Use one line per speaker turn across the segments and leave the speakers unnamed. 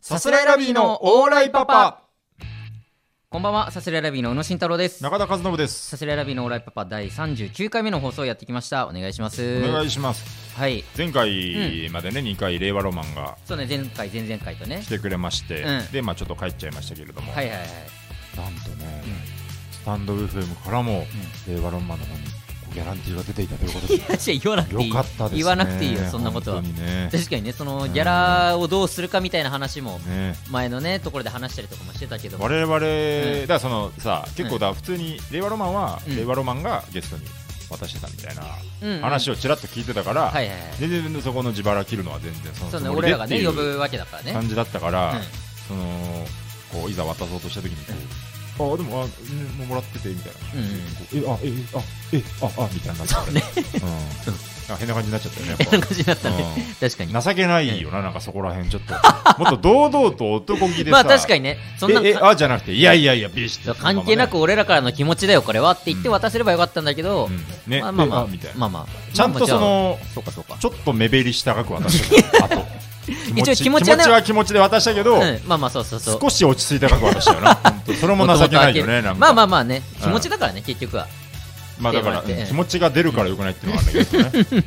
さすらいラビーのオーライパパ
こんばんは、サスレラビーの宇野慎太郎です。
中田和信です
サスレラビーのオーライパパ第39回目の放送をやってきました。お願いします。
お願いします
はい。
前回までね、2回令和ロマンが
そうね、前回、前々回とね
来。てくれまして、
うん
でまあちょっと帰っちゃいましたけれども、
はいはいはい。
なんとね、スタンド FM からも、令和ロマンの方にギャランティーが出ていたということで
い や、じゃあ言わなくていい。
よかったですね
言わなくていいよ、そんなことは。
本当にね
確かにね、その
ん
ギャラをどうするかみたいな話も、
ね
前のね、ところで話したりとかもしてたけども。
我々、
ん
だからそのさ結構だ、普通に令和ロマンは、
うん
令和ロマンがゲストに渡してたみたいな
うんうん
話をちらっと聞いてたから、
はいはいはい。
全然そこの自腹切るのは全然その
そう
つ
ね、
もり
俺
で
ら
っ
が
て
ね、
いう
呼ぶわけだからね。
感じだったから、
うん
そのこういざ渡そうとした時にこう、あでもあ、うんもうもらっててみたいな、
うん
こうえあえあえああみたいになっちゃうね、うん、あ変な感じになっちゃったよ ねやっ
感じだったね。確かに。
ぱ情けないよな、なんかそこら辺ちょっともっと堂々と男気で
ま
さ
あ確かにね、そんな
ええあじゃなくていやいやいやビシッと
関係なく俺らからの気持ちだよ、これはって言って渡せればよかったんだけど、
うんね
まあまあま
え
あ
みたいな、
まあまあ
ちゃんとそ
まあまあ
の
じゃあそうかそうか
ちょっと目減りした額渡したよあと
一応気持ちはね
気持ちは気持ちで渡したけど、
うんまあまあそうそうそう
少し落ち着いた額渡したよ な本当それも情けないよねなんか
まあまあまあね
うん
気持ちだからね結局は
まあだから、
テーマって
うん気持ちが出るからよくないっていうのはあるんだけ どね、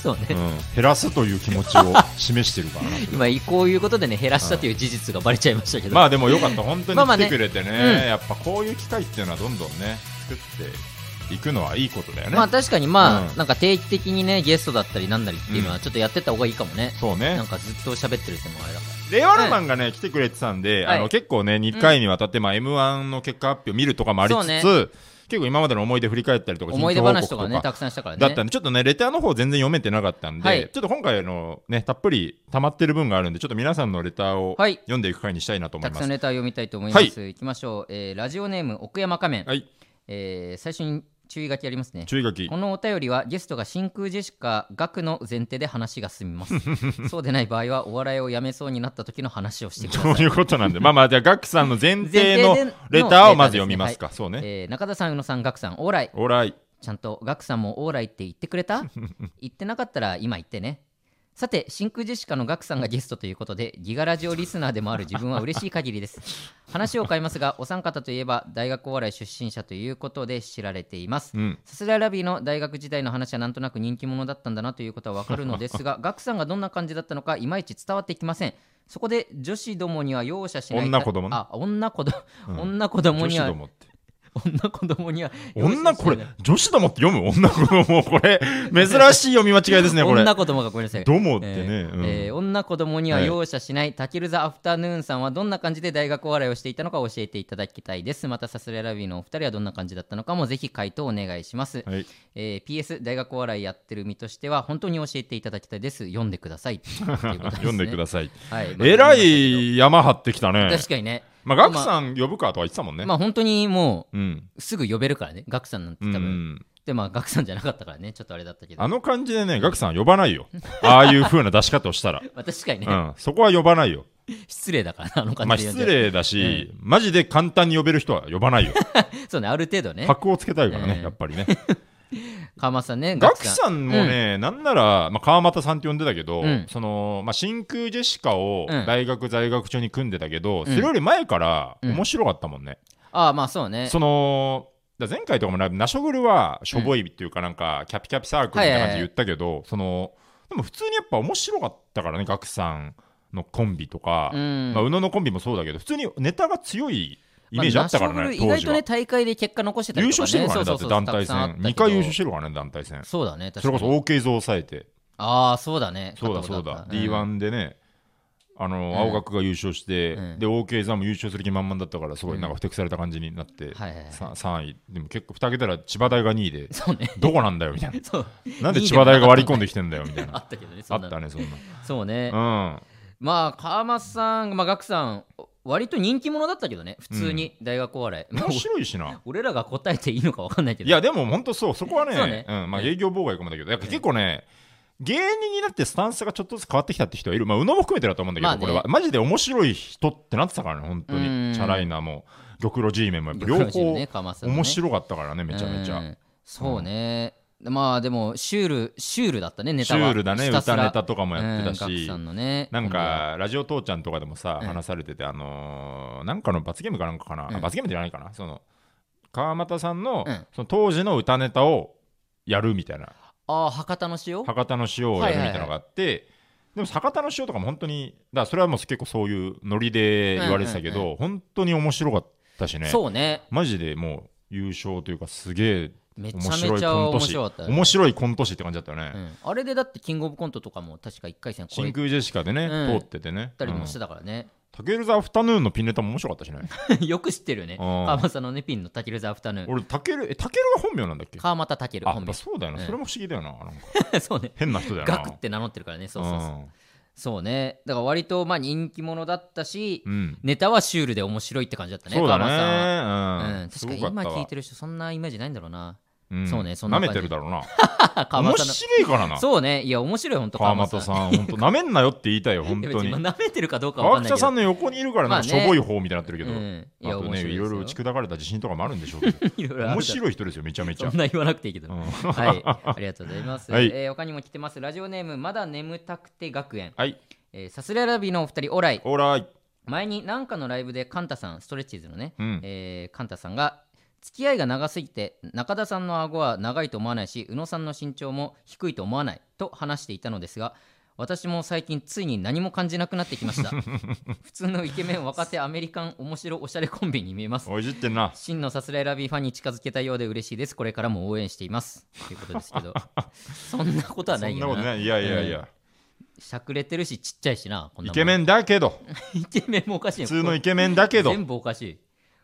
そう
う
ね
ん、減らすという気持ちを示してるからな
今こういうことでね減らしたという事実がバレちゃいましたけど
まあでもよかった本当
まあ
に
まあ
来
ね
てくれてね,、
うん
やっぱこういう機会っていうのはどんどんね作っていくのはいいことだよね、
まあ確かにま
う
あ
ん
なんか定期的にねゲストだったりなんだりっていうの
う
は
ん
ちょっとやってった方がいいかもね
そう
な
ね
んかずっと喋ってるってのもあれだか
令和ロマンがね、来てくれてたんで、
はい
あの結構ね2回にわたって、まあ、m 1の結果発表見るとかもありつ
そう
つ、
ね
結構今までの思い出振り返ったりとから
思い出話と
近
か
況報告
ねたくさんしたからね
だったんで、ちょっとね、レターの方全然読めてなかったんで、
はい
ちょっと今回のね、たっぷり溜まってる分があるんで、ちょっと皆さんのレターを
はい
読んでいく回にしたいなと思
た
い
く
ま
さん
す。
レターを読みたいと思いますいきましょうえーラジオネーム奥山仮面
はい、
えー最初に注意書きありますね
注意書き
こ。のお便りはゲストが真空ジェシカ学の前提で話が進みます そうでない場合はお笑いをやめそうになった時の話をしてくだ
どう
さい
いうことなんで、まあまあ、じゃあ、ガクさんの前提の
前提での
レターをまず読みますか。そうね。
えー中田さん、宇野さん、ガクさん、オーライ。
オーライ。
ちゃんとガクさんもオーライって言ってくれた言ってなかったら今言ってね。さて、真空ジェシカのガクさんがゲストということで、ギガラジオリスナーでもある自分は嬉しい限りです。話を変えますが、お三方といえば大学お笑い出身者ということで知られています
う。ん。
さすらいラビーの大学時代の話はなんとなく人気者だったんだなということはわかるのです が、ガクさんがどんな感じだったのかいまいち伝わってきません。そこで女子どもには容赦しない
女子供ね
あ女子ど
うん
女子ども
女
に
子
は、
どもって。
女子どもには容赦しな
女
い
これ、女子どもって読む女子ども。これ、珍しい読み間違いですね、これ。
女子どもがごめんなさい
どもってね。
えー
うん
えー女子供には容赦しない、タキルザアフタヌーンさんはどんな感じで大学お笑いをしていたのか教えていただきたいですまたさすらいラビーのお二人はどんな感じだったのかもぜひ回答お願いします、
はい、
えー PS 大学お笑いやってる身としては本当に教えていただきたいです読んでください
読んでください。
さい、はいまあ
えらい山張ってきたね。
確かにね
まあ、ガクさん呼ぶかとは言ってたもんね。
まあ本当にも
うん。
うすぐ呼べるからねガクさんなんて多分、
うん
でまあガクさんじゃなかったからねちょっとあれだったけど
あの感じでね、ガクさん呼ばな いよ。ああいう風な出し方をしたら。
まあ、確かにね、
うん、そこは呼ばないよ。
失礼だからなあの感
まあ
じで呼んじ
失
ゃう
礼だし、マジで簡単に呼べる人は呼ばないよ。
そうね、ある程度ね。
箔をつけたいから
え
ね、
え
やっぱ りね。
川間さんね、
ガクさんもね、なんなら、まあ、川又さんって呼んでたけど、
うん
その、まあ、真空ジェシカを
うん
大学在学中に組んでたけど、
うん
それより前から
うん
面白かったもんね。
ああ、まあそうね。
そのだ前回とかもなナショグルはしょぼいっていうかなんかキャピキャピサークルみたいな感じで言ったけど、そのでも普通にやっぱ面白かったからねガクさんのコンビとか、
うん
まあ、宇野のコンビもそうだけど普通にネタが強いイメージあったからね、
まあナショ
当
ナル意外
時
と
は、
ね、大会で結果残してた
優
りとか、ね、
勝してるから
そ
ねだ
う
って
そうそう
団体戦
たくさんあったけど
2回優勝してるからね団体戦
そうだね、確
そ
か
れ
に
こそ OK 像を抑えて
ああ、そうだね。
そうだそうだ、
勝ったことあった
D1 でねあの、青学が優勝して、
うん
で OK 座も優勝する気満々だったからすごいなんかふてくされた感じになって、
はいはいはい
さ3位でも結構2桁ら千葉大が2 位で
そうね。
どこなんだよ みたいな
そう。
なんで千葉大が割り込んできてんだよみたい
あ
な
ったけどね、
あ
そんな
っ
の
たねそん
そうね。
なうん
まあ、川間さん、まあ、ガクさん、割と人気者だったけどね、普通に、大学お笑い。まあ
面白いしな
俺らが答えていいのか分かんないけど。
いやでも本当そうそこはね
そうね
うんまあ、
うん
営業妨害かもだけどやっぱ結構ね、芸人になってスタンスがちょっとずつ変わってきたって人はいる、まあ、宇野も含めてだと思うんだけど、
まあね
これはマジで面白い人ってなってたからね本当
うん
にチャラいなもう玉露 G メンもやっぱ
よく
両
話してる
方
ね、川間さん、ね。
面白かったからねめちゃめちゃ、
うんそうね、まあでもシュールシュールだったねネ
シ
タは
ュールだね
ひたす
歌
ら
ネタとかもやってた
うんガク
し、
さんのね
なんかラジオ父ちゃんとかでもさ、
うん
話されててあのーなんかの罰ゲームかなんかかな、
うん
あ罰ゲームじゃないかなその川俣さんの,、
うん
その当時の歌ネタをやるみたいな
ああ博多の塩
博多の塩をやるみたいなのがあって、でも博多の塩とかも本当にだからそれはもう結構そういうノリで言われてたけ
う
ど、
ん
本当に面白かったしね
そうね
マジでもう優勝というかすげえ
めちゃ
面
め
白い
ちゃ
コン
面
ト師
白かったよ
面白いコント師って感じだったよね、
うんあれでだってキングオブコントとかも確か1回戦超え
真空ジェシカでね、
うん
通っててね
たりもし
う
て
ん
たからね、
タケルザ・アフタヌーンのピンネタも面白かったしね
よく知ってるよね
うん
川俣のねピンのタケルザアフタヌーン
俺タケルえタケルが本名なんだっけ
川俣タケル
あや
本
っ
名
ぱそうだよな、
うん
それも不思議だよななん か
そうね
変な人だよな
ガクって名乗ってるからねそうそうそう、
う
そうねだから割とまあ人気者だったし、
んうん
ネタはシュールで面白いって感じだったね
そうだね
川俣さん
うん、
うん、確かに今聞いてる人そんなイメージないんだろうな。
る、ん、
そうねそんな
舐め
感じ
てるだろうな
あ川
面
俣の
白いからな
そうね、いや面白い本当
川俣さ
ん。
ん本当舐めんなよって言いたいよ本
いや別
当
に
に
今舐めてるかどうかわか
川
んないけ
北
ど。
さんの横にいるからなんかしょぼい方みたいになってるけど、
うん、い
あ
や
と
面
ね
白い
いろいろ打ち
く
砕かれた自信とかもあるんでしょうけど
いろ いろある
面
だろ
白い人ですよめちゃめちゃ
そんな言わなくていいけど。
うん
はい、ありがとうございます。
はい
えー他にも来てます。ラジオネームまだ眠たくて学園。
はい
えー、サスレラビのお二人、オーライ。
オーライ
前に何かのライブでカンタさん、ストレッチーズのね、
うん
えーカンタさんが付き合いが長すぎて中田さんの顎は長いと思わないし宇野さんの身長も低いと思わないと話していたのですが私も最近ついに何も感じなくなってきま した普通のイケメン若手アメリカン面白おしゃれコンビに見えます
おいじってんな
真のさすらいラビーファンに近づけたようで嬉しいですこれからも応援していますということです けどそんなことは
そ
ない
ん
よ
な
な
ことないいやいやいや、
しゃくれてるしちっちゃいしなこんな
イ
もん
ケメンだけど
イケメンもおかしい
普
よ
通のイケメンだけど
全部おかしい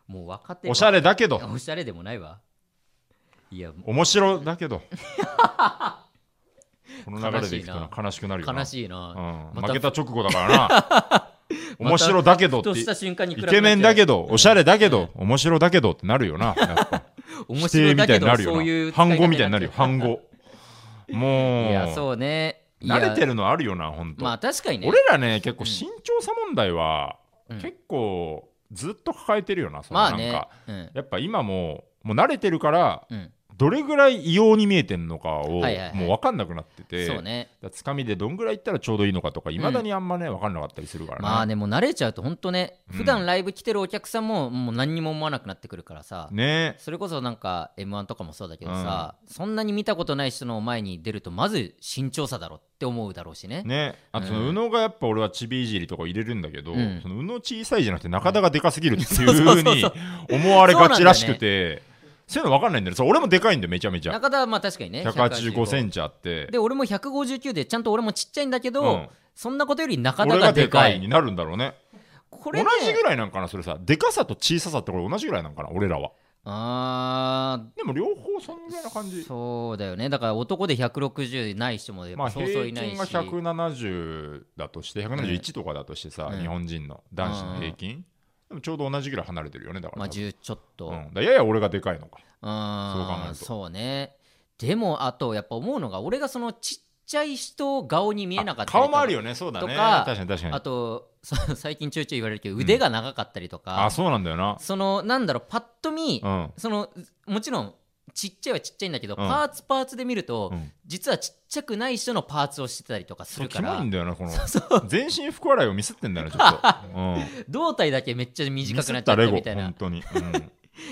もう若手
おしゃれだけ
いや
ど
おしゃれでもないわいや
面白だ けどこの流れでいくと
悲し
ない悲しくなるよな
悲しいな、
うん
また
負けた直後 だからな面白だけど
ふと
って
した瞬間に
イ
暗くなっちゃ
ケ
う
メンだけどおしゃれだけど面白だけどってなるよなやっぱ
面白
否定
い
み
だけ
たいに
ど
なる
そ
よ
ういう
な
使い方
反語みたいになるよ反語もう
いやそうねいや
慣れてるのあるよな本当
まあ確かにね
俺らね結構身長差問題は
うん
結構ずっと抱えてるよなその
ま
な
あ
ん
ね
か
うん
やっぱ今ももう慣れてるから
うん
どれぐらい異様に見えてんのかをもう
はいはいはい
分かんなくなってて
そうね
だからつかみでどんぐらいいったらちょうどいいのかとかいまだにあんまね分かんなかったりするからね、
まあでも慣れちゃうと本当ね
うん
普段ライブ来てるお客さんももう何にも思わなくなってくるからさ、
ね
それこそなんか m 1とかもそうだけどさ、そんなに見たことない人の前に出るとまず慎重さだろって思うだろうしね
ねあとその
うん
宇野がやっぱ俺はちびいじりとか入れるんだけど、
うん
その宇野小さいじゃなくて中田がでかすぎるっていう
うんそうそう
ふう
そう
に
そう
思われがちらしくてそういうの分かんないんだよそう俺もでかいんだよめちゃめちゃ
中田はまあ確かにね
185センチあって
で俺も159でちゃんと俺もちっちゃいんだけど、
うん
そんなことより中田
俺
が
が
で
で
か
か
い
いになるんだろうね
これ、ね、
同じぐらいなんかなそれさでかさと小ささってこれ同じぐらいなんかな俺らは
あ
でも両方そんぐらいな感
ー
じ
そうだよねだから男で160ない人もやっ
ま
ぱ
あ
そう
平
そういない
均
し、
が170だとして171とかだとしてさ、
うん
日本人の男子の平均、でもちょうど同じぐらい離れてるよねだから、
まあ10ちょっと、
うん、だからやや俺がでかいのかそう考え
あ
る
ー
と
そうねでもあとやっぱ思うのが俺がそのちっちゃい人顔に見えなかったりとか
顔もあるよねそうだ
と
ね
か
確かに確かに
あとそ最近ちょいちょい言われるけど腕が長かったりと
あ
か、
そうなんだよな
そのなんだろうパッと見、
うん
そのもちろんちっちゃいはちっちゃいんだけど、
ん
パーツパーツで見ると、
うん
実はちっちゃくない人のパーツをしてたりとかす
そう
る
キ
か
モい
ら
んだよなこの全身服洗いをミスってんだよなちょっ と、うん、
胴体だけめっちゃ短
ミ
く
ス
なっ
っ
ちゃ
た
って
レ
る
ゴ
みたいな
本当に、 うん、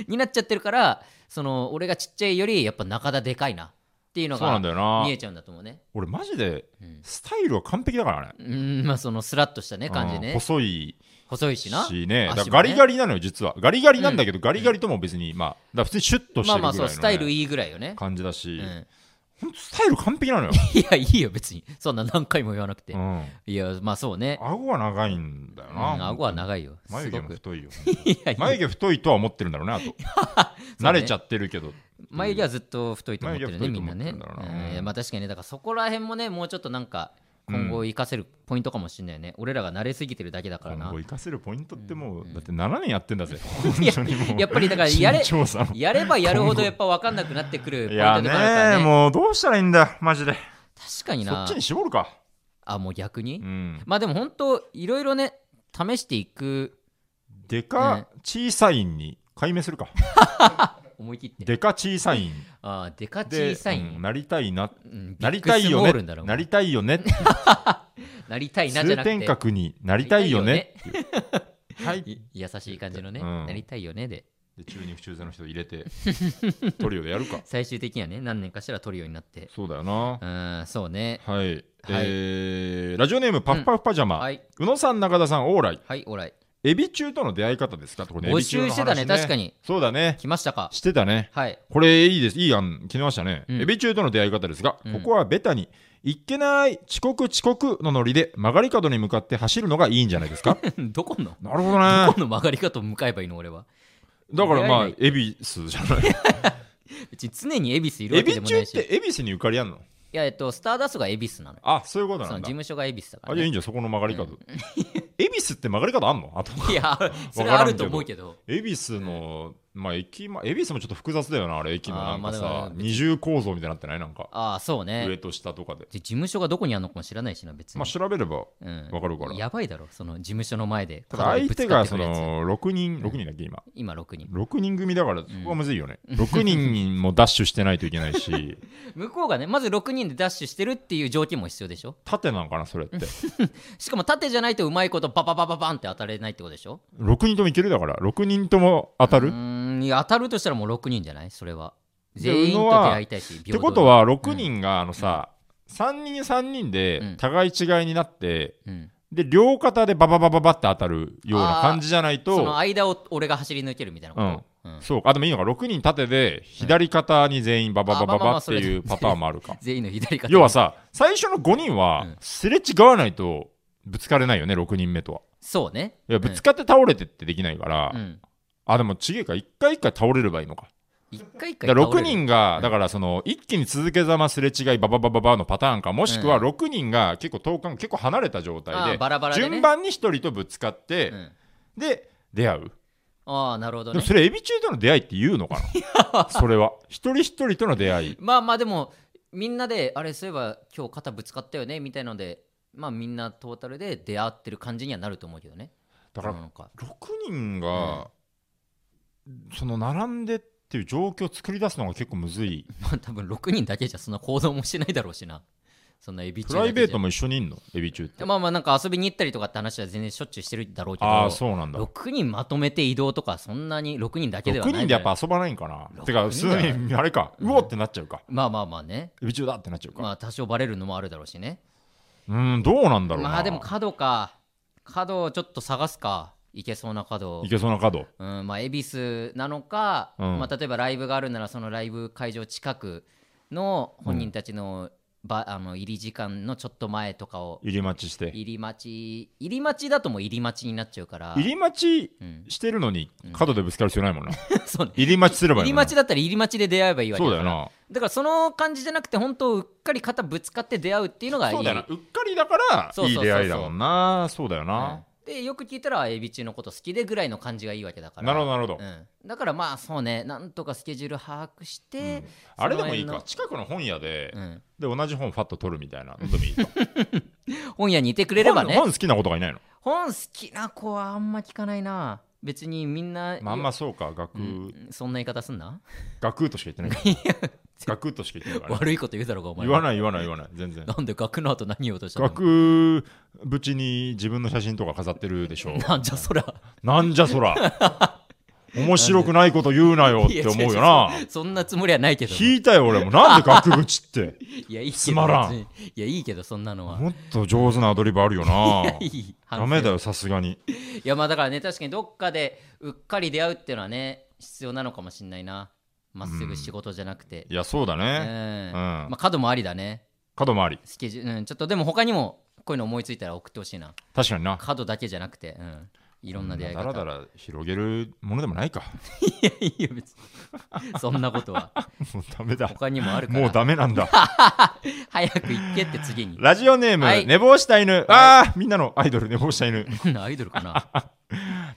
になっちゃってるからその俺がちっちゃいよりやっぱ中田でかいなっていうの
そうなん
が
だよな
見えちゃうんだと思うね
俺マジで
うん、
スタイルは完璧だからね
うんまあそのスラッとしたね感じ
うん
ね
細い
細いしな
しねだ
足も
か
ね
らガリガリなのよ実はガリガリなんだけど、ガリガリとも別にまあだから普通にシュッとして
まあ
る
ま
ぐら
あ
い
そ
の、
う
ね、
スタイルいいぐらいよね、
感じだし、
うん、
ほんとスタイル完璧なのよ、
いやいいよ別にそんな何回も言わなくて、
うん、
いやまあそうね、
顎は長いんだよ
う
な、
ん、顎は長いよす
眉毛
ご
も
く
太いよ
いやいや
眉毛太いとは思ってるんだろうねあと 慣れちゃってるけど
眉毛はずっと太いと思ってるね
眉
み
毛
ん
は
な
太い
ね
と思ってんだ
う
ろうな
ん
うん
いやまあ確かにねだからそこら辺もねもうちょっとなんか今後生かせるポイントかもしれないね、俺らが慣れすぎてるだけだから
今
な
後生かせるポイントってもう、
うん
だって7年やってんだぜ
いや
本当にもう
やっぱりだからやれ
身長差の
やればやるほどやっぱ分かんなくなってくるポイントで
い
もあ
や
る
ね
からね
もうどうしたらいいんだマジで
確かに
そ
な
っちに絞るか
あもう逆に、
うん
まあでも本当いろいろね試していく
でか、小さいに解明するか
思い切って
でか小さいん
あーでか小
で
さいんや、
うんなりたいな
うん
なりたい
ビッグス
よ
モール
ね
んだろう
なりたいよねって
なり たいなじゃ
通
なくて
天閣になりたいよねはい
い優しい感じのね、
うん
なりたいよねで
で中肉中背の人入 れてトリオでやるか
最終的にはね何年かしたら取るようになって
そうだよな
うーんそうね
はい、えーラジオネームパフパフパジャマ、
はい
宇野さん中田さんオーライ
はいオーライ
エビ中との出会い方ですかってこれね
募集してたね
エビ中の話
確かに
そうだね
来ましたか
してたね
はい
これいいですいい案決めましたね、
うん
エビ中との出会い方ですが、
うん
ここはベタにいっけない遅刻遅刻のノリで曲がり角に向かって走るのがいいんじゃないです か
どこの
なるほどね
どこの曲がり方を向かえばいいの俺は
だからまあ
出会い
恵比寿じゃない
うち常に恵比寿いる
エ
わけ
ビ
でも
中
な
っ
いしい
て恵比寿にゆかりあんの
やえっとスターダストが恵比寿なのよ
あそういうこと
その
なん
事
だ
務所が恵比寿だか
あ
ら、
じゃあい
ね
いん、じゃんそこの曲がり角 恵比寿って曲がり角あんのあと
いやそれはあると思うけど
恵比寿の、まあ駅ま恵比寿もちょっと複雑だよなあれ駅の
あ
な
ー
んかさ、
まあでもね
二重構造みたいになってないなんか
ああそう
上
ね
と下とかで
で事務所がどこにあるのかも知らないしな別に、
まあ調べれば
うん
わかるから
やばいだろその事務所の前で
ただ相手がそ
ぶつかってくるや
の6人6人だっけ今
つ今6人
6人組だからそこはむずいよね、6人もダッシュしてないといけない し
向こうがねまず6人でダッシュしてるっていう条件も必要でしょ
縦なのかなそれって
しかも縦じゃないとうまいことパパパパパンって当たれないってことでしょ
6人ともいけるだから6人とも当た
う
る、
ーんいや当たるとしたらもう6人じゃないそれは
で
全員
宇野
と出
は
会いたいしっ
ってこと、は6人があのさ、3人3人
う
で
ん
互い違いになって、
うん、
で両肩でバババババって当たるような感じじゃないと
その間を俺が走り抜けるみたいなこと、うん
そうかあでもいいのか6人縦で左肩に全員ババ
あ
ババ
まあまあま
バ
あ
ってい
そ
う
れ
パターンもあるか
全員の左肩
要はさ最初の5人
う
は
ん
すれ違わないとぶつかれないよね6人目とは
そうね
いやぶつかって倒れてってできないから、
うんうん
あでもちげえか1回1回倒れればいいのか
一回一回
だから6
倒れる
人がだからその一気に続けざますれ違いバババババのパターンかもしくは6人が結構遠間結構離れた状
あ
態
ー
で
バラバラで、ね、
順番に1人とぶつかっ
う
て
ん
で出会う
ああなるほど
でも
ね
それエビ中との出会いって言うのかなそれは一人一人との出会い
まあまあでもみんなであれそういえば今日肩ぶつかったよねみたいのでまあみんなトータルで出会ってる感じにはなると思うけどね
だから
どうなのか
6人が、その並んでっていう状況を作り出すのが結構むずい
まあ 多分6人だけじゃそんな行動もしないだろうしなそんなエビ中
プ
だ
ラ
け
イ
じ
ベ
ゃ
ートも一緒にいんのエビ中って
まあまあなんか遊びに行ったりとかって話は全然しょっちゅうしてるだろうけど
ああそうなんだ
6人まとめて移動とかそんなに6人だけではな
6
い
人でやっぱ遊ばないんかな
六人
てか普通
だよ
にあれかうおってなっちゃうか
まあまあまあね
エビ中だってなっちゃうか、
まあ多少バレるのもあるだろうしね
うーんどうなんだろうな、
まあでも角か角をちょっと探すかいけそうな角を
いけそうな角
うんまあ恵比寿なのか、
うん
まあ、例えばライブがあるならそのライブ会場近くの本人たちの,、ばあの入り時間のちょっと前とかを
入り待ちして
入り待ち入り待ちだともう入り待ちになっちゃうから
入り待ち
うん、
してるのに角でぶつかる必要ないもんな、
そうね
入り待ちすれば
入
いい
り
もんな
待ちだったら入り待ちで出会えばいいわけ
そ
だ
う
か
だ
ら
よな
だからその感じじゃなくて本当うっかり肩ぶつかって出会うっていうのがいい
そうだよなうっかりだから
そう
い
そうそうそう
い出会いだもんなそうだよ
う、
なん
でよく聞いたらエビ中のこと好きでぐらいの感じがいいわけだから
なるほどなるほど、
うん、だからまあそうねなんとかスケジュール把握して、
うんあれでもいいか
そ
近くの本屋で、
の辺の
で同じ本ファッと取るみたいなのでもい いか
うん本屋にいてくれればね本
本本好きなことがいないの、
好きな子はあんま聞かないな別にみんな、
まあ、あんまそうか学、
うんそんな言い方すんな
学としか言ってないから学としか言ってないからね、
悪いこと言うだろうがお前
言わ
い
ない言わない言わない全然
なんで学の後何言おうとしたの
額縁に自分の写真とか飾ってるでしょ
なんじゃそら
なんじゃそら面白くないこと言うなよって思うよな
そんなつもりはないけど
引いたよ俺もなんで額縁って
いやいいけど
つまら
別
ん
にいやいいけどそんなのは
もっと上手なアドリブあるよない
い反省
ダメだよさすがに
いやまあだからね確かにどっかでうっかり出会うっていうのはね必要なのかもしんないなまっすぐ仕事じゃなくて
いやそうだ
うん、
ね、
まあ角もありだね
角回り
スケジュール、うん、ちょっとでも他にもこういうの思いついたら送ってほしいな
確かにな
角だけじゃなくて、うん、いろんな出会い
だら
方
だら広げるものでもないか
いやいいよ別に そんなことは
もうダメだ
他にもあるから
もうダメなんだ
早く行けって次 に
ラジオネーム、
はい
寝坊した犬あーみんなのアイドル寝坊した犬
アイドルか な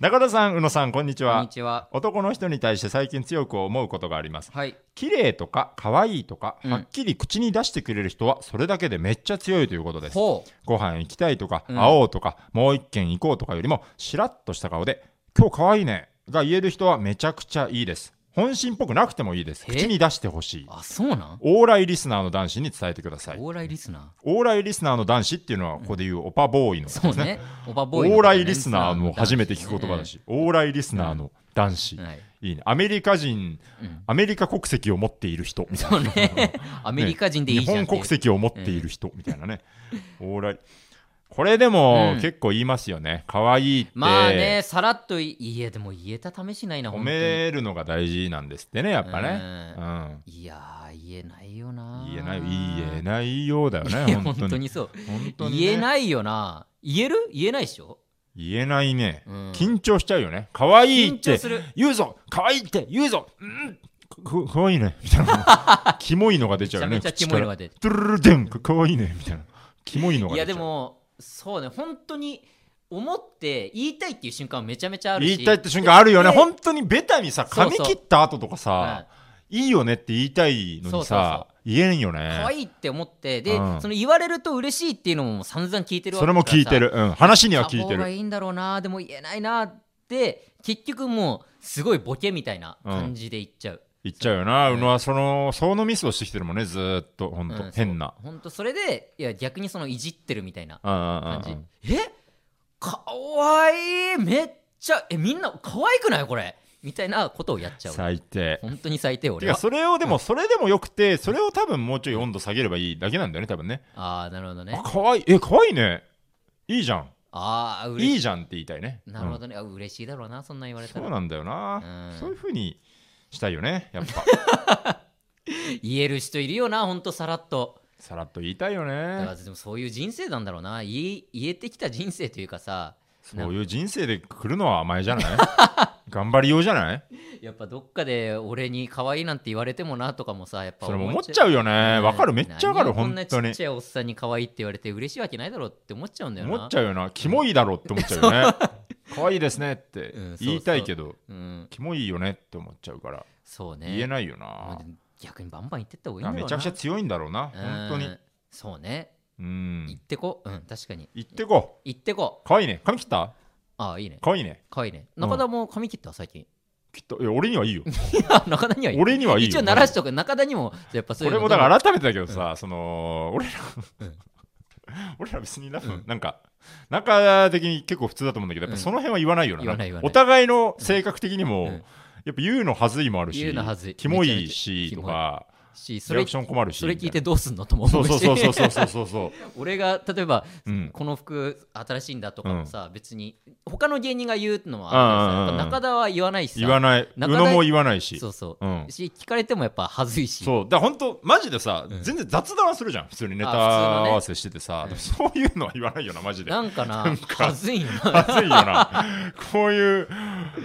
中田さん宇野さんこんにち
こん
は
にちは
男の人に対して最近強く思うことがあります
はい
綺麗とか可愛いとか、
うん
はっきり口に出してくれる人はそれだけでめっちゃ強いということです
ほう
ご飯行きたいとか、
うん
会おうとかもう一軒行こうとかよりもしらっとした顔で今日可愛いねが言える人はめちゃくちゃいいです本心っぽくなくてもいいです
え
口に出してほしい
あそうなん
往来リスナーの男子に伝えてください
往来リスナ
往来リスナーの男子っていうのはここで言うオパボーイ
ー
の
そうねオバボーイの
往来リスナーの初めて聞く言葉だし往来リスナーの男子
うんはい
いいねアメリカ人
うん
アメリカ国籍を持っている人みたい
そう ねアメリカ人
な
でいい
日
じゃん
本
っていう
国籍を持っている人みたいなね往来これでも
うん
結構言いますよね可愛いって
まあねさらっといいやでも言えた試しないな
褒
本当に
めるのが大事なんですってねやっぱね
う
うん
いやー言えないよな
言えない言えないようだよ
い
ね
や本
本当
当
に
にそう
本当にね
言えないよな言える言えないでしょ
言えないね、
うん
緊張しちゃうよね可愛いっ
緊張
て
する
言うぞ可愛いって言うぞうんかかわいいねみた いなキモいのが出ちゃうよね
めちゃめちゃキモいのが出
口からトゥルルルデンかかわいいねみたいなキモいのが
い
出ちゃう
やでもそうね本当に思って言いたいっていう瞬間はめちゃめちゃあるし
言いたいって瞬間あるよね
で
本当にベタにさ
そう
髪
そう
切った後とかさいいよねって言いたいのに
そ
さ
うそうそ
言えんよ
可
ね
愛いって思ってで、
うん
その言われると嬉しいっていうのも散々聞いてるわ
そ
け
れも聞いて
る
る、うん、話に
い
は聞いて
が
る
いいんだろうなでも言えないなって結局もうすごいボケみたいな感じで言っちゃう、
言っちゃうよな
うん
宇野はそのそのミスをしてきてるもんねずーっと本当、
うん
変な
ほんとそれでいや逆にそのいじってるみたいな
うんうんうんうん
感じ、えかわいいめっちゃえみんなかわいくないこれみたいなことをやっちゃう
最低
本当に最低
て
俺
か
は
それをでもそれでもよくてそれを多分もうちょい温度下げればいいだけなんだよね多分ね
ああなるほどね
あ可愛いえ可愛いねいいじゃん
ああ嬉しい
いいじゃんって言いたいね
なるほどね、あ嬉しいだろうなそんな言わ
うん
れた
そう
ら
なんだよな
うん
そういう風にしたいよねやっぱ
言える人いるよなほんとさらっと
さらっと言いたいよ
だか
ね
らでもそういう人生なんだろうな言い言えてきた人生というかさ
そういう人生で来るのは甘えじゃない 頑張りようじゃない
やっぱどっかで俺に可愛いなんて言われてもなとかもさやっぱ
それも思っち
う
ゃうよねわかる
うん
めっちゃわかる
何をこ
本
んなち
当に
っちゃいおっさんに可愛いって言われて嬉しいわけないだろうって思っちゃうんだよな
思っちゃうよなキモいだろって思っちゃ うよね可愛いですねって
うんそうそう
言いたいけど
うん
キモいよねって思っちゃうから
そうね
言えないよ
まあ
な
でも逆にバンバン言ってった方がいい
あ
んだ
め
ろう
ちゃ
な
くちゃ強いんだろうな本当
う
に
んそうね
う
言っ
ん
てこうん確かに
行ってこ
言ってこ
う可愛いね髪切った
ああいいね
可愛いね
可愛いね
うん
中田も髪切った最近
きっといや俺にはいいよ
いや 中田にはいい
俺にはいいよ
一応鳴らしとく中田にもやっぱそういう
こ
の
れもだから改めてだけどさその俺ら 俺ら別に多分なんか仲的に結構普通だと思うんだけどやっぱその辺は言わないよな
言わない言わない
お互いの性格的に
う
も
ん
やっぱ言うのはずいもあるし
言うのはずい
キモ
めちゃめ
い
ちゃ
し
キ
と
モい
か
しそ
リア
れ
クション困るし
それ聞いて
み
どうすんのとも
た
思
いうな
し
そうそうそうそうそうそう
俺が例えば、
うん
この服新しいんだとかもさ、別に他の芸人が言うのはある
うんうんうん
けどさやっぱ中田は言わないしさ
言わない宇
仲代
野も言わないし
そうそう
う、ん
し聞かれてもやっぱ恥ずいし
そうだから本当マジでさ、
うん
全然雑談はするじゃん普通にネタ
あ普通のね
合わせしててさ、
うん
でもそういうのは言わないよなマジで
なんかな
なんか
恥ずいよな
熱いよなこういう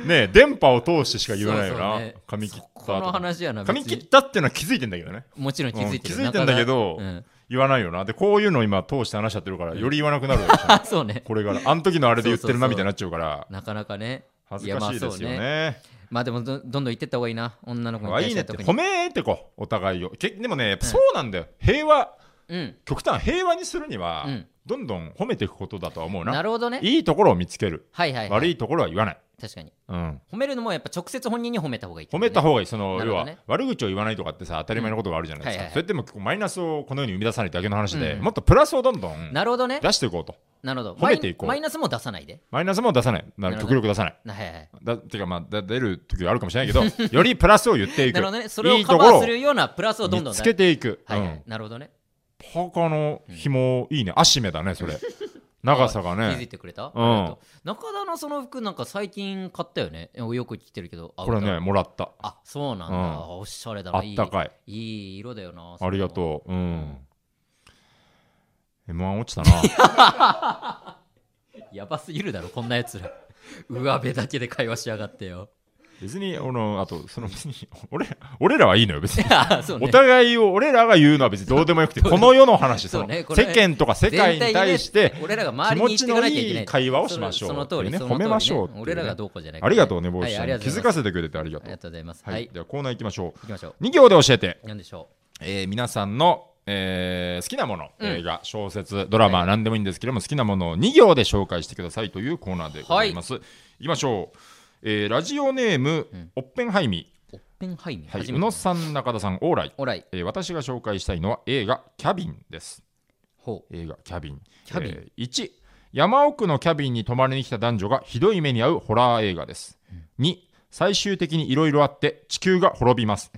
ね電波を通してしか言わないよな、
そうそうね
髪切っ
そこ
た
の
とか
話やな別
髪
に
切ったっていうのは気づいてんだけどね
もちろん気づいてる、
うん気づいてんだけど
中田うん
言わないよなでこういうのを今通して話しちゃってるからより言わなくなるよね
あそうね
これがあの時のあれで言ってる
そうそ
な
うそう
みたいになっちゃうから
なかなかね
恥ずかしいですよ
いやまあそう
ね。
まあでもどどんどん言ってった方がいいな女の子に
あ
対
い
し
い
て
ね
は
って
特
褒
に
めてこうお互いをけでもねやっぱそうなんだよ、平和
うん
極端平和にするには、
うん
どんどん褒めていくことだとは思うな
なるほどね
いいところを見つける、
はいはい、はい、
悪いところは言わない、
確かに
うん、
褒めるのもやっぱ直接本人に褒めた方がいいってこ
褒
とね、
めた方がいいその、
なる
要
ほど
は
ね
悪口を言わないとかってさ当たり前のことがあるじゃないですか、
うんはいはいはい
それっても結構マイナスをこのように生み出さないだけの話で、
うん
もっとプラスをどんどん
なるほどね
出していこうと
なるほど
褒めていこう
マイナマイナスも出さないで
マイナスも出さないな
なるほ
極
ど
力出さない
なはいはい
だてかまあだ出る時はあるかもしれない けどよりプラスを言っていく
なるほどねそれ
い
を
い
カ
と
バ
ころ
ー
を
するようなプラスをどんどん
見つけていく、
はいはい、
うん
なるほどね
パーカーの紐、いいね足目だねそ れ長さが
気づい
ね
てくれた、
うん
ありがとう中田のその服なんか最近買ったよねよく着てるけどあ
これ
俺
ねもらった
あそうなんだ、
うん
おしゃれだ
あ
な
ったかい
いいいい色だよな
ありが
う
とう。うん。M1 落ちた な。
やばすぎるだろこんなやつら 上辺だけで会話しやがってよ
別に、あの、あと、その別に、俺俺らはいいのよ、別に。
あそう
お
ね
互いを、俺らが言うのは別にどうでもよくて、この世の話、
そ
そう
ね
の
こ
世
れ
間とか世界に対し
全体
て
にね、俺らが
気
周りに
持
言って
ち
いか
の
なきゃいけない
い会話をしましょう。
そのその通り、
っていう
その
ね褒
通り
め
ね
ましょうっていうね。
俺らがどうこうじゃない
ありがとうね、坊
は
主
い、
さ
あ
ん
りが
に
とう
気
ござ
づ
いま
か
す
せてくれてありが
あ
と
り
う
が。とうございますは
はいい。では、コーナー行きましょ
行きましょ
う。2行で教えて。
う何でしょ
えー皆さんの、えー好きなもの、
うん
映画小説ドラマ、
はい
何でもいいんですけども好きなものを2行で紹介してくださいというコーナーでございます、い、きましょう、えーラジオネーム、
うん
オッペンハイミ
うオッペンハイメン、
はい、
初
宇
めて
野さん、中田さん、オーライ、
オーライ
えー私が紹介したいのは映画「キャビン」です。
ほう
映画「キャビン」
キャビン
えー1山奥のキャビンに泊まりに来た男女がひどい目に遭うホラー映画です、2最終的にいろいろあって地球が滅びます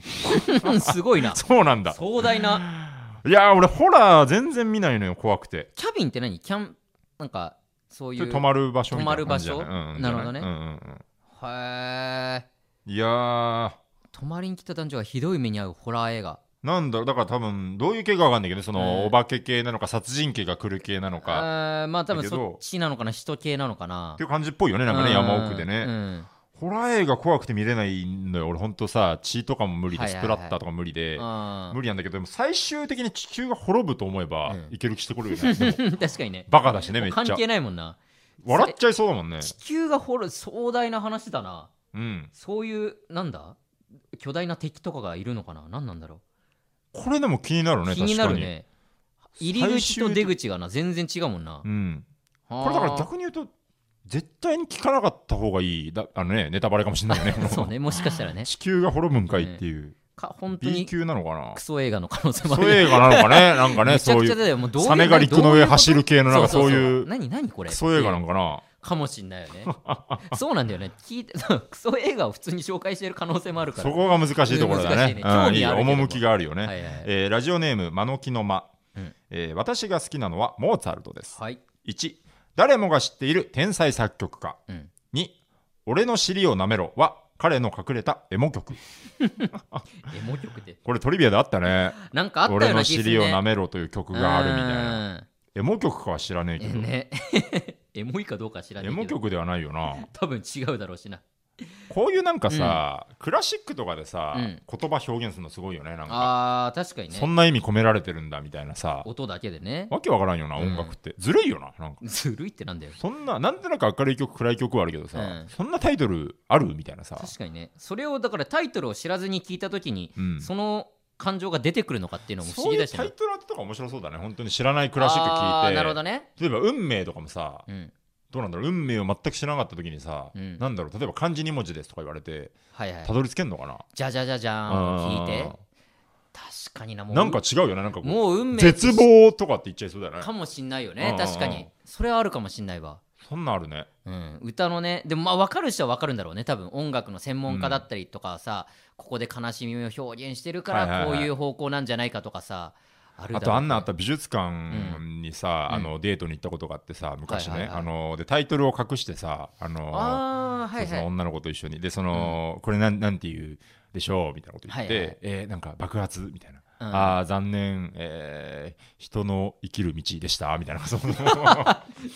うんすごいな
そうなんだ
壮大ない
やー俺ホラー全然見ないのよ怖くて
キャビンって何キャンなんかそうい
ちょっ
う
と泊まる場所みたいな感じじゃない
泊まる場所
うんうん
なるほどね
うんうんうん
へえ
いやー
泊まりに来た男女がひどい目に遭うホラー映画
なんだだから多分どういう系かわかんないけどそ
うん
のお化け系なのか殺人系が来る系なのか
あーまあ多分
だけど
そっちなのかな人系なのかな
っていう感じっぽいよねなんかね
う
山奥でね、
うん
ホラー映画怖くて見れないのよ俺ほんとさ血とかも無理で、
はいはいはい
スプラッターとか無理で、
あー
無理なんだけどでも最終的に地球が滅ぶと思えば、
うん
いける気してこれるよねでも
確かにね
バカだしねめっち
関
ゃ
係ないもんな
笑っちゃいそうだもんね
地球が掘る壮大な話だな
うん
そういうなんだ巨大な敵とかがいるのかな何なんだろ
これでも気になる
う、
ね
気になる
確かに
ね入り口と出口がな全然違うもんな、
うん、
こ
これだから逆に言うと絶対に聞かなかった方がいいだあのねネタバレかもしれないよね
そうねもしかした らね
地球が滅ぶんかいっていう、
か本当
B
に
級なのかな
クソ映画の可能性もあ
そう
る
映画なのかねなんかね
めちゃ
そう
く
い
ちゃだ
う
よもうどういう
サメが陸の上走る系のなんかそういう
何何これ
クソ映画なんかな
かもしんないよねそうなんだよね聞いて クソ映画を普通に紹介してる可能性もあるから
そこが難しいところだ
難し
ね
いね
うん
興
い
味
い
あるけども
趣があるよね、
はいはいはい
えーラジオネームまのきの間、
うん
えー私が好きなのはモーツァルトです、
はい
1誰もが知っている天才作曲家、
うん
2俺の尻を舐めろは彼の隠れたエモ曲
エモ曲って
これトリビアであったね
なんかあったよ
俺
う
の
な気がす
尻
る
を
ね
舐めろという曲があるみたいな
な
エモ曲かは知らねえけど、
ね エモいかどうかは知らな
エ
いけど
モ曲ではないよな
多分違うだろうしな
こういうなんかさ、クラシックとかでさ、
うん
言葉表現するのすごいよねなんか
あー確かにね
そんな意味込められてるんだみたいなさ
音だけでね
わけわからんよな、
うん
音楽ってずるいよななんか
ずるいってなんだよ
そんななんとなく明るい曲暗い曲はあるけどさ、
うん
そんなタイトルあるみたいなさ
確かにねそれをだからタイトルを知らずに聞いた時に、
うん
その感情が出てくるのかっていうのも不
そ
思
う
議
いう
だしな
タイトルあってとか面白そうだね本当に知らないクラシック
あ
聞い
ー
て
なるほどね、
例えば「運命」とかもさ
うん、
どうなんだろう運命を全く知らなかった時にさ、
うん
なんだろう例えば漢字2文字ですとか言われて
はいはい
たどり着けんのかな、
じゃじゃじゃじゃ
あ
ーん
ー
聞いて確かになもう
なんか違うよねなんかこう
もう運命
絶望とかって言っちゃいそうだよね
かもしんないよ
うんうん
ね
うん
確かにそれはあるかもしんないわ
そんなんあるね
うん、歌のねでもまあ分かる人は分かるんだろうね多分音楽の専門家だったりとかさ、ここで悲しみを表現してるか
はいはい
ら
は
こ
いう
いう方向なんじゃないかとかさあるだろうね
あとあんなあった美術館にさ、
うん
あのデートに行ったことがあってさ昔ね、
はいはいはい
あのでタイトルを隠してさあの
あーはい
そ
は
うその
い
女の子と一緒にでその、これなんなんて言うでしょうみたいなこと言って、
はいはい
えーなんか爆発みたい
う
な、
ん
ああ残念、えー人の生きる道でしたみたいなそ の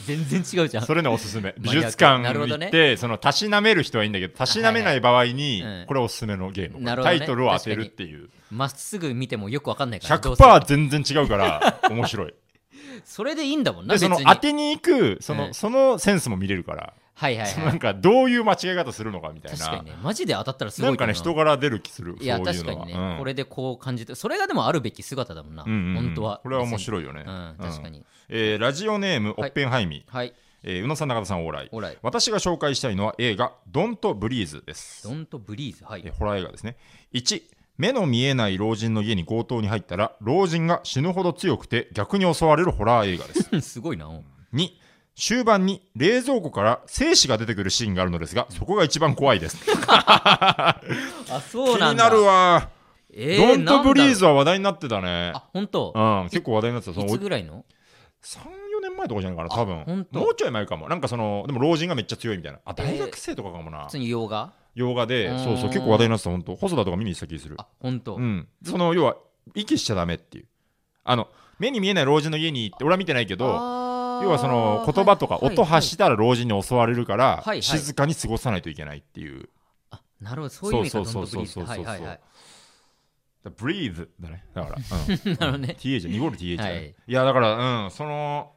全然違うじゃん
それのおすすめ美
マニアック
術館
なるほ
行
ど
っ
ね
て、そのたしなめる人はいいんだけどたしなめない場合に、
はいはいうん
これおすすめのゲーム、
なるほ
タ
どね
イトルを当てるっていう
まっすぐ見てもよく分かんないからどうせ
100%全然違うから 面白い
それでいいんだもんな
で
別
そ
に
の当てに行くその,、
うん
そのセンスも見れるから、
はいはい
そのな
は
ん
い
かどういう間違い方するのかみたい
確
な
かにねマジで当たったらすご
ないんかね
と
人
思う
柄出る気する
いや
そうい
確
うの
か
は
にね、
うん
これでこう感じてそれがでもあるべき姿だもんな、
うんうんうん
本当は
これは面白いよね、
うん、
うん
確かに、
えーラジオネームオ
はい
ッペンハイミ、
はい
えー宇野さん中田さん往来
オーライ
私が紹介したいのは映画「ドンとブリーズ」です
ド、ンとブリーズはい
えーホラー映画ですね1目の見えない老人の家に強盗に入ったら老人が死ぬほど強くて逆に襲われるホラー映画で す
すごいな、うん
2終盤に冷蔵庫から精子が出てくるシーンがあるのですがそこが一番怖いです
あ
気
そうな
に
んだ
なるわ、
え
ドンとブリー
ズ
ズは話題になってたね
あ本当
うん、結構話題になってたそ
い
の
つぐらいの
34年前とかじゃないかな多
あほん
分
と
もうちょい前かもなんかそのでも老人がめっちゃ強いみたいなあ
えー
大学生とかかもな、
普通に洋画
洋画で
うーん
そうそう結構話題になってた本当細田とか見に行ってた気する
あ本当、
うんその要は息しちゃダメっていうあの目に見えない老人の家に行って俺は見てないけど
あー
要はその言葉とか音発したら老人に襲われるか
は
ら
いはい
静かに過ごさないといけないっていう
あなるほどそういう意味か
そう
ドン
そ
とブリー
うそう
ズ
そう
ってはいはいはい
だブリーズだねだから、う ん、
なるほどね
TA じゃん濁る TA じゃん、
はい
い、やだからうんその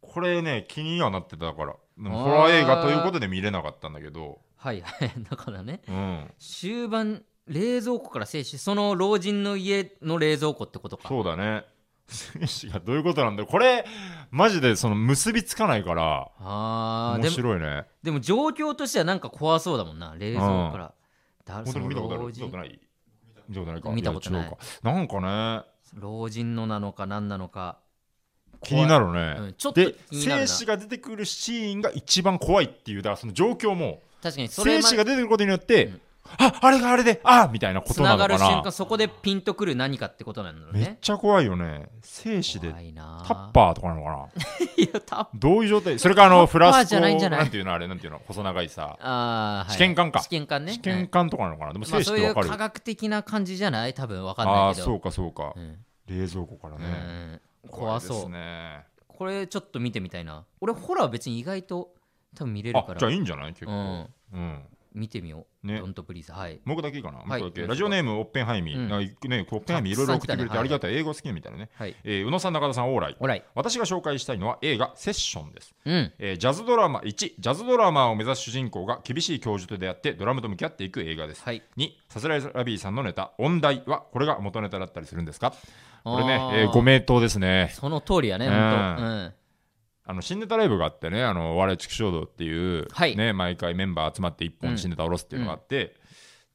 これね気にはなってただからでもホラー映画ということで見れなかったんだけど
はいはい だからね
うん
終盤冷蔵庫から静止その老人の家の冷蔵庫ってことか
そうだね選手がどういうことなんだよこれマジでその結びつかないから
あー
面
でも
白いね
でも状況としてはなんか怖そうだもんな冷蔵庫からだ
本当に見たことある
老
見たこと
人
ない見たことないか
見たことない
や違うかなんかね
老人のなのか何なのか
気になる
う
ね
ん、ちょっと
で
気になる
精
な
子が出てくるシーンが一番怖いっていうだからその状況も
確かにそれ
精
ま
子が出てくることによって、
うん
ああれがあれであみたいなこ
つ
とな
な
の
がる
か
瞬
な
間そこでピンとくる何かってことなんだろう
めっ
ね
ちゃ怖いよね精子で
怖いな
タッパーとかなのかない
やタッ
どういう状態それかあのフラス
じ
コ
ゃないんじゃない
なんていうのあれなんていうの細長いさ
あー、はい
試験管か
試験管ね
試験管とかなのかなでも
まあ、
精子
そ
っ
う
て
い
わ
う
かる
科学的な感じじゃない多分わかん
あ
な
あ
いけど
そうかそうか
うん
冷蔵庫から
う
ね
ん怖そう
いですね
これちょっと見てみたいな俺ホラー別に意外と多分見れるか
あ
ら
じゃあいいんじゃない結
う
構
ん、
うん
見てみよう、
ね
ドントプリーズはい
もう一個だけいいかな、
はい
もう一個
ど
だ
う
け
ぞ
ラジオネームオッペンハイミー、
うん
あいね、こうオッペンハイミーいろいろ送ってくれ
たくさん来たね
てありがたい、英語好きみたいなね、
はい
えー宇野さん中田さんオーライ
オライ
私が紹介したいのは映画「セッション」です、
うん
えージャズドラマ1ジャズドラマーを目指す主人公が厳しい教授と出会ってドラムと向き合っていく映画です、
はい
2さすらいラビーさんのネタ「音大」はこれが元ネタだったりするんですかこれ
あ
ね
ー、
えーご名答ですね
その通りやね
うん
本当、うん
あの新ネタライブがあってね、あのお笑い畜生道っていう、
はい
ね、毎回メンバー集まって1
う
本
ん
新ネタを下ろすっていうのがあって、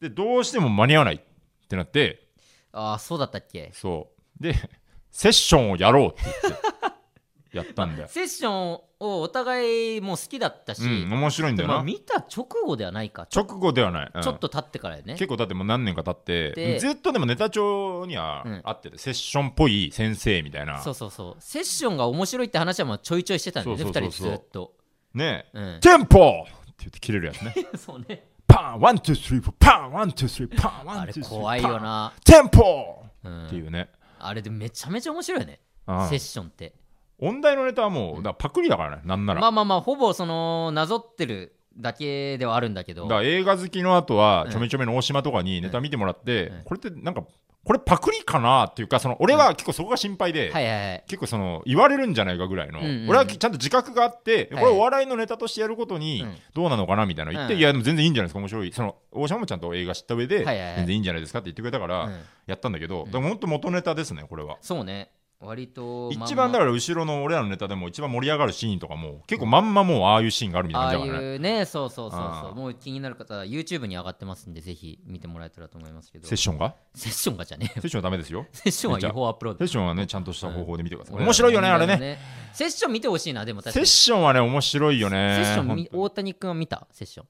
でどうしても間に合わないってなって、
ああそうだったっけ
そう。で、 セッションをやろうって言って、やっ たんだよ。
セッションをお互いもう好きだったし、
うん、面白いんだよ
まあ、
な。
見た直後ではないかちょ,、
直後ではない。うん
ちょっと経ってからよね
結構だってもう何年か経って
で
ずっとでもネタ帳には
うん
あってて、セッションっぽい先生みたいな
そうそうそうセッションが面白いって話はもうちょいちょいしてたんだよね
そう
二
そうそ
人
うそう
ずっと
ね
うん
テンポって言って切れるやつね
そうね
パンワンツースリーフォーパンワンツースリーパンワ
あ
ン
れ
ツースリー
怖いよな、
パンテンポ
う
って
ん、
いうね
あれでめちゃめちゃ面白いよね
うん
セッションって
音大のネタはもうだからパクリだからねなんなら
まあまあまあほぼそのなぞってるだけではあるんだけど
だから映画好きの後は
うん
ちょめちょめの大島とかにネタ見てもらって、
うん
これってなんかこれパクリかなっていうかその俺は結構そこが心配で、
はいはいはい
結構その言われるんじゃないかぐらいの、
うんうんうん
俺はちゃんと自覚があって、
はい
これお笑いのネタとしてやることに
うん
どうなのかなみたいなの言って、
うん
いやでも全然いいんじゃないですか面白いその大島もちゃんと映画知った上で、
はいはいはい
全然いいんじゃないですかって言ってくれたから、
うん
やったんだけど、でも本当元ネタですねこれは。
そうね割とまんま
一番だから後ろの俺らのネタでも一番盛り上がるシーンとかも結構まんまもうああいうシーンがあるみたい
あ
な
あ
感じ
い
だからね
うねそうそうそう
あ
そ
ー
うもう気になる方は YouTube に上がってますんでぜひ見てもらえたらと思いますけど
セッションが
セッションがじゃねえよ
セッションはダメですよ
セッションは違法アップロー
セ
ド
ッションはね、ちゃんとした方法で見てください。
俺らの
面白いよね、あれね。
セッション見てほしいなでも確か
セッ
にセ
ションはね、面白いよね。
ッションみ
ほん
大谷君は見たセッション
見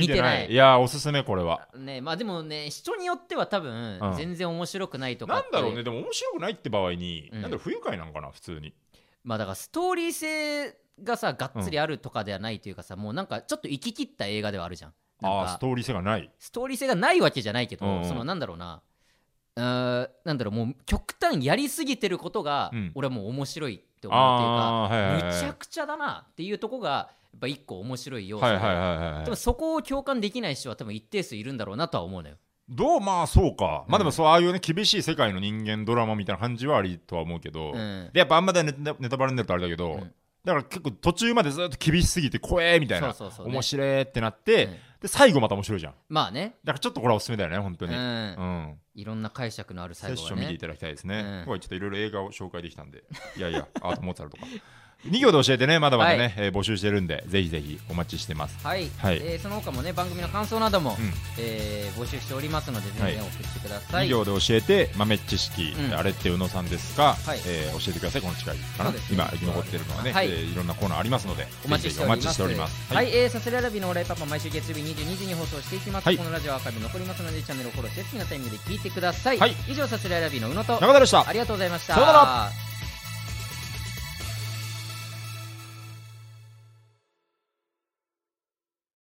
見
て
て
な。
ないい
いやー、おすすめ、これは。
ねまあでもね人によっては多分
うん
全然面白くないとか
な
って
んだろうね、でも面白くないって場合に、
うん
なんだろう、不愉快なんかな、普通に。
まあだからストーリー性がさがっつりあるとかではないというかさ、もうなんかちょっと行き切った映画ではあるじゃんなん
ああー、
か
ストーリー性がない。
ストーリー性がないわけじゃないけど、
うんうん
そのなんだろうなうーんなんだろうもう極端やりすぎてることが、
うん
俺はもう面白いって思うっていうか、
ああー、はいはいは
む
い。
ちゃくちゃだなっていうとこがやっぱ一個面白い要素
は
で、
いはいはいはい
でもそこを共感できない人は多分一定数いるんだろうなとは思うのよ
どうまあそうか、まあで
う
も
ん
そうああいうね厳しい世界の人間ドラマみたいな感じはありとは思うけど、
うん
でやっぱあんまでネタネタバレになるとあれだけど、
うん
だから結構途中までずっと厳しすぎて怖えみたいな
そうそうそうね
面白えってなって、
うん
で最後また面白いじゃん
まあね、
だからちょっとこれはおすすめだよね本当
うん
に、うん、
いろんな解釈のある
セ
最
ッ
後
シ
が
ョン見て
ね
いただきたいですね。
うん
今日はちょっといろいろ映画を紹介できたんで、いやいや、アートモーツァルトか。2行で 教えてね、まだまだね、
はい
えー募集してるんで、ぜひぜひお待ちしてます。
はい、
はい
えーその他もね番組の感想なども、
うん
えー募集しておりますので全然
は
送ってくださ
2
い、
行で教えて、豆知識、
うん
あれって宇野さんですが、
はい
えー教えてください、この機会か
そ
な、
うですね
今、生き残ってるのはね、
はい
いえーいろんなコーナーありますので、
お待ちしております。
ぜひぜひお待ちしております。
は
はい
い、えー、サスレラビのオーライパパ毎週月曜日22時に放送していきます。
はい
このラジオはアーカイブ残りますので、チャンネルをフォローして好きなタイミングで聞いてください。
はい
以上、サスレラビの宇野と、
中田でした
あ。りがとうございました。
さようなら